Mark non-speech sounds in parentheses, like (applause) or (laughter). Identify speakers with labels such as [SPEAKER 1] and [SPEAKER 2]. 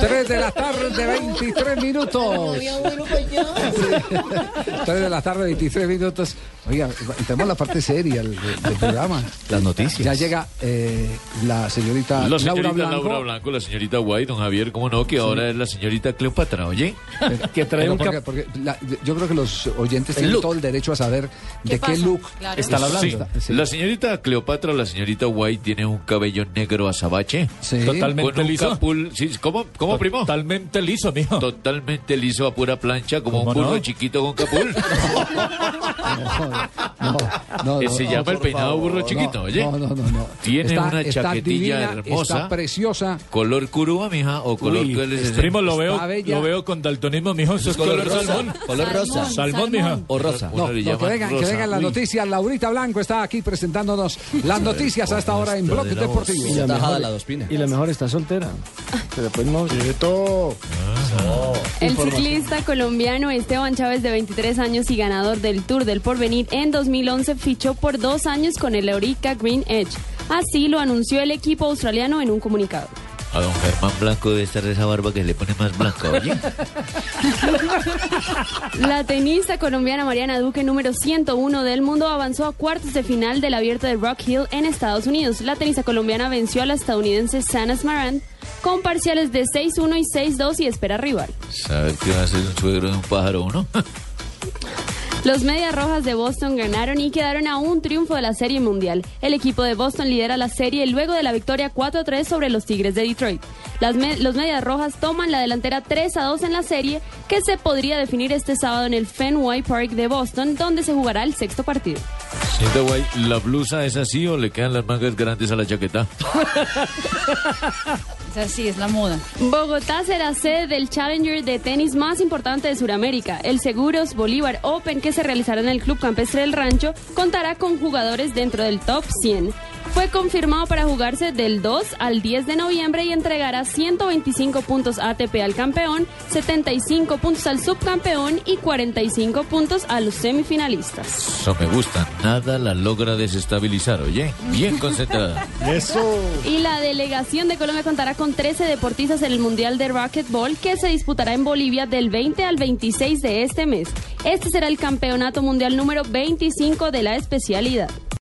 [SPEAKER 1] 3 de la tarde, 23 minutos. 3 de la tarde, 23 minutos. Oiga, tenemos la parte seria del, del programa.
[SPEAKER 2] Las noticias.
[SPEAKER 1] Ya llega eh, la señorita,
[SPEAKER 3] La señorita
[SPEAKER 1] Laura Blanco.
[SPEAKER 3] Blanco, la señorita Guay, don Javier, ¿cómo no? Que ahora es la señorita Cleopatra, oye.
[SPEAKER 1] Eh,
[SPEAKER 2] Que trae
[SPEAKER 1] Pero
[SPEAKER 2] un
[SPEAKER 1] porque,
[SPEAKER 2] cap-
[SPEAKER 1] porque la- yo creo que los oyentes tienen
[SPEAKER 2] look.
[SPEAKER 1] todo el derecho a saber de qué
[SPEAKER 4] pasa?
[SPEAKER 1] look
[SPEAKER 4] Claro.
[SPEAKER 2] Está la
[SPEAKER 3] Sí.
[SPEAKER 2] hablando.
[SPEAKER 1] Sí.
[SPEAKER 3] La señorita Cleopatra, la señorita Guay, tiene un cabello negro azabache.
[SPEAKER 1] Sí.
[SPEAKER 2] Totalmente.
[SPEAKER 3] Con un
[SPEAKER 2] liso. Oh.
[SPEAKER 3] capul. sí, ¿Cómo, cómo primo?
[SPEAKER 2] Totalmente liso, mijo.
[SPEAKER 3] Totalmente liso a pura plancha, como un
[SPEAKER 2] ¿Cómo no?
[SPEAKER 3] burro chiquito con
[SPEAKER 1] (laughs)
[SPEAKER 3] capul.
[SPEAKER 1] No, no,
[SPEAKER 3] Eh,
[SPEAKER 1] no,
[SPEAKER 3] se
[SPEAKER 1] no,
[SPEAKER 3] llama el
[SPEAKER 1] por
[SPEAKER 3] peinado
[SPEAKER 1] favor.
[SPEAKER 3] burro chiquito,
[SPEAKER 1] No,
[SPEAKER 3] oye.
[SPEAKER 1] No, no, no, no.
[SPEAKER 3] Tiene
[SPEAKER 1] Está-
[SPEAKER 3] una
[SPEAKER 1] está
[SPEAKER 3] chaquetilla
[SPEAKER 1] divina,
[SPEAKER 3] hermosa.
[SPEAKER 1] Está preciosa.
[SPEAKER 3] ¿Color curúa, mija? ¿O color
[SPEAKER 2] Uy,
[SPEAKER 3] cuál es ese?
[SPEAKER 2] primo, lo veo,
[SPEAKER 1] Está bella.
[SPEAKER 2] lo veo con daltonismo, mijo. Eso es color salmón.
[SPEAKER 4] Color rosa.
[SPEAKER 2] Salmón, mija.
[SPEAKER 3] O rosa.
[SPEAKER 1] No,
[SPEAKER 3] Uno le
[SPEAKER 1] no, que
[SPEAKER 3] llama
[SPEAKER 1] vengan, que
[SPEAKER 3] rosa.
[SPEAKER 1] vengan las
[SPEAKER 3] Uy.
[SPEAKER 1] noticias. Laurita Blanco está aquí presentándonos las noticias a esta hora en Blog Deportivo.
[SPEAKER 5] Y la mejor, y la mejor está soltera. Pero pues no.
[SPEAKER 6] El ciclista colombiano Esteban Chávez, de 23 años y ganador del Tour del Porvenir en 2011, fichó por dos años con el Eurica Green Edge. Así lo anunció el equipo australiano en un comunicado.
[SPEAKER 3] A don Germán Blanco debe estar esa barba que le pone más blanca, oye.
[SPEAKER 6] La tenista colombiana Mariana Duque, número 101 del mundo, avanzó a cuartos de final del abierto de Rock Hill en Estados Unidos. La tenista colombiana venció a la estadounidense Sana Smarant con parciales de 6-1 y 6-2 y espera rival.
[SPEAKER 3] ¿Sabes qué va a ser un suegro de un pájaro, (laughs) no?
[SPEAKER 6] Los Medias Rojas de Boston ganaron y quedaron a un triunfo de la Serie Mundial. El equipo de Boston lidera la serie luego de la victoria 4-3 sobre los Tigres de Detroit. Las me- los Medias Rojas toman la delantera 3-2 en la serie que se podría definir este sábado en el Fenway Park de Boston, donde se jugará el sexto partido.
[SPEAKER 3] Señorita Guay, ¿la blusa es así o le quedan las mangas grandes a la chaqueta?
[SPEAKER 4] Es así, es la moda.
[SPEAKER 6] Bogotá será sede del Challenger de tenis más importante de Sudamérica. El Seguros Bolívar Open, que se realizará en el Club Campestre del Rancho, contará con jugadores dentro del top 100. Fue confirmado para jugarse del 2 al 10 de noviembre y entregará 125 puntos ATP al campeón, 75 puntos al subcampeón y 45 puntos a los semifinalistas.
[SPEAKER 3] Eso me gusta. Nada la logra desestabilizar, oye. Bien concentrada.
[SPEAKER 6] Y la delegación de Colombia contará con 13 deportistas en el Mundial de Racquetball que se disputará en Bolivia del 20 al 26 de este mes. Este será el Campeonato Mundial número 25 de la especialidad.